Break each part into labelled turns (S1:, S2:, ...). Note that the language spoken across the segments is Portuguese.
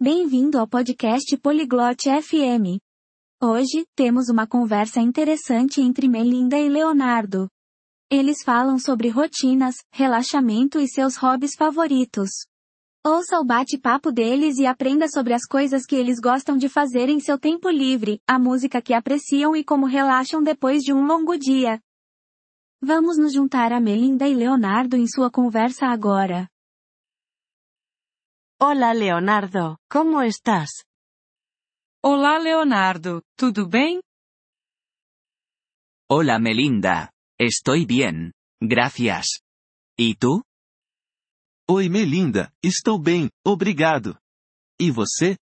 S1: Bem-vindo ao podcast Poliglote FM. Hoje, temos uma conversa interessante entre Melinda e Leonardo. Eles falam sobre rotinas, relaxamento e seus hobbies favoritos. Ouça o bate-papo deles e aprenda sobre as coisas que eles gostam de fazer em seu tempo livre, a música que apreciam e como relaxam depois de um longo dia. Vamos nos juntar a Melinda e Leonardo em sua conversa agora.
S2: Hola Leonardo, ¿cómo estás?
S3: Olá, Leonardo, tudo bem?
S4: Hola Melinda. Estoy bien. Gracias. ¿Y tú?
S5: Oi, Melinda, estou bem, obrigado. E você?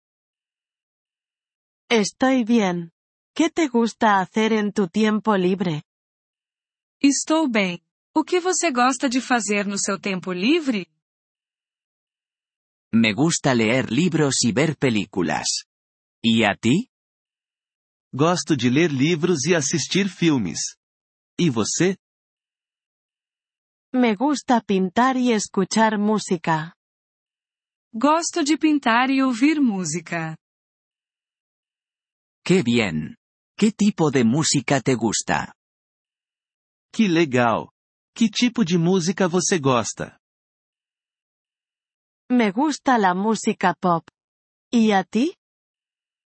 S2: Estoy bien. ¿Qué te gusta hacer en tu tiempo libre?
S3: Estou bem. O que você gosta de fazer no seu tempo livre?
S4: Me gusta leer libros y ver películas. ¿Y a ti?
S5: Gosto de ler livros e assistir filmes. E você?
S2: Me gusta pintar y escuchar música.
S3: Gosto de pintar e ouvir música.
S4: Qué bien. ¿Qué tipo de música te gusta?
S5: Que legal! Que tipo de música você gosta?
S2: Me gusta la música pop. ¿Y a ti?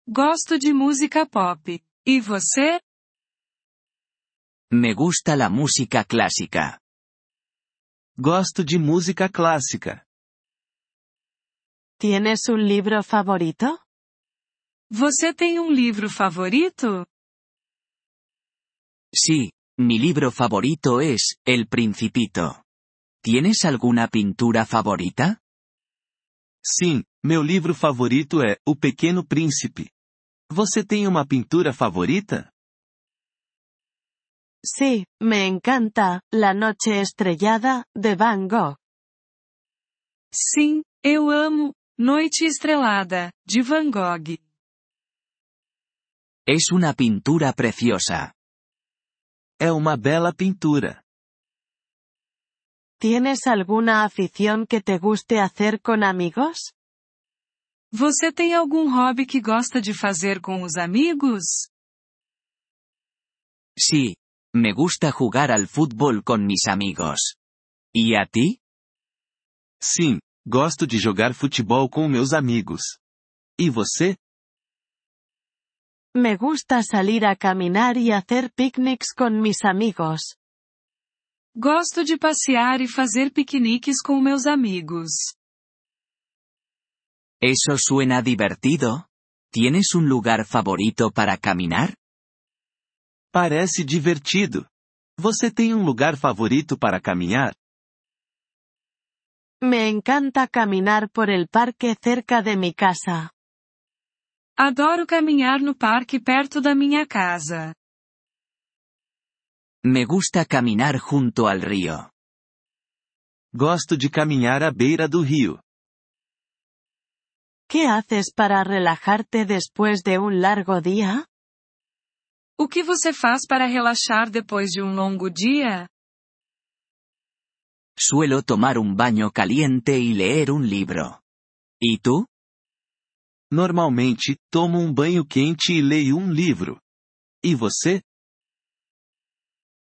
S3: Gosto de música pop. E você?
S4: Me gusta la música clásica.
S5: Gosto de música clássica.
S2: ¿Tienes un libro favorito?
S3: Você tem um livro favorito?
S4: Sí, mi libro favorito es El Principito. ¿Tienes alguna pintura favorita?
S5: Sim, meu livro favorito é O Pequeno Príncipe. Você tem uma pintura favorita?
S2: Sí, me encanta, La Noche Estrellada, de Van Gogh.
S3: Sim, eu amo Noite Estrelada, de Van Gogh.
S4: Es una pintura preciosa.
S5: É uma bela pintura.
S2: ¿Tienes alguna afición que te guste hacer con amigos?
S3: Você tem algum hobby que gosta de fazer com os amigos?
S4: Sí. Me gusta jugar al fútbol con mis amigos. ¿Y a ti?
S5: Sim, gosto de jogar futebol com meus amigos. E você?
S2: Me gusta salir a caminar y hacer picnics con mis amigos.
S3: Gosto de passear e fazer piqueniques com meus amigos.
S4: Eso suena divertido. ¿Tienes un lugar favorito para caminar?
S5: Parece divertido. Você tem um lugar favorito para caminhar?
S2: Me encanta caminar por el parque cerca de mi casa.
S3: Adoro caminhar no parque perto da minha casa.
S4: Me gusta caminar junto al río.
S5: Gosto de caminhar à beira do rio.
S2: ¿Qué haces para relajarte después de un largo día?
S3: O que você faz para relaxar depois de um longo dia?
S4: Suelo tomar un baño caliente y leer un libro. ¿Y tú?
S5: Normalmente, tomo um banho quente e leio um livro. E você?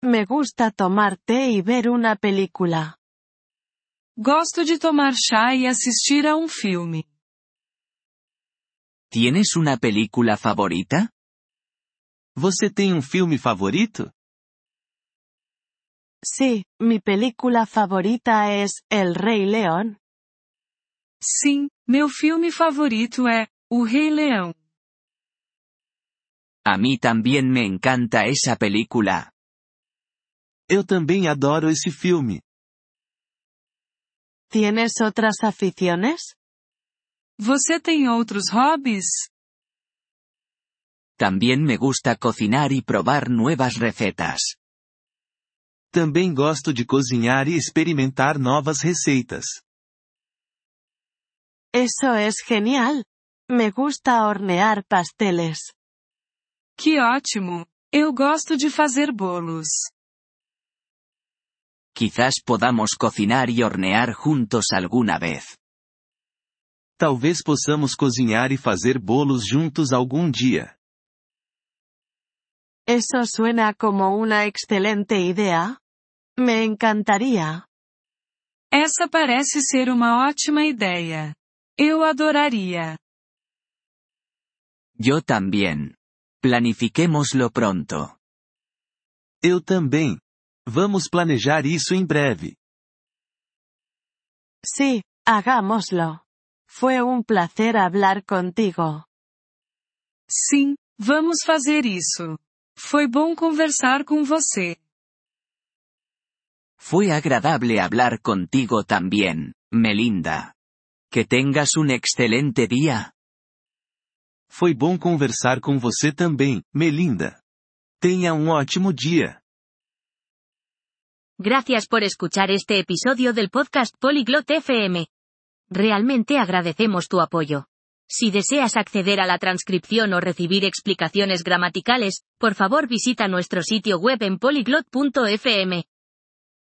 S2: Me gusta tomar té y ver una película.
S3: Gosto de tomar chá e assistir a um filme.
S4: ¿Tienes una película favorita?
S5: Você tem um filme favorito?
S2: Sí, mi película favorita es El Rey León.
S3: Sim, meu filme favorito é O Rei Leão.
S4: A mí también me encanta esa película.
S5: Eu também adoro esse filme.
S2: ¿Tienes otras aficiones?
S3: Você tem outros hobbies?
S4: También me gusta cocinar y probar nuevas recetas.
S5: Também gosto de cozinhar e experimentar novas receitas.
S2: Eso es genial. Me gusta hornear pasteles.
S3: Que ótimo! Eu gosto de fazer bolos.
S4: Quizás podamos cocinar y hornear juntos alguna vez.
S5: Talvez possamos cozinhar e fazer bolos juntos algum dia.
S2: Eso suena como una excelente idea. Me encantaría.
S3: Essa parece ser uma ótima ideia. Eu adoraria.
S4: Yo también. Planifiquémoslo pronto.
S5: Eu também. Vamos planejar isso em breve.
S2: Sí, hagámoslo. Fue un placer hablar contigo.
S3: Sim, vamos fazer isso. Foi bom conversar com você.
S4: Fue agradable hablar contigo también, Melinda. Que tengas un excelente día.
S5: Foi bom conversar com você também, Melinda. Tenha um ótimo dia.
S6: Gracias por escuchar este episodio del podcast Polyglot FM. Realmente agradecemos tu apoyo. Si deseas acceder a la transcripción o recibir explicaciones gramaticales, por favor visita nuestro sitio web en polyglot.fm.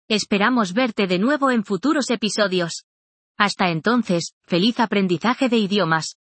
S6: Esperamos verte de nuevo en futuros episodios. Hasta entonces, feliz aprendizaje de idiomas.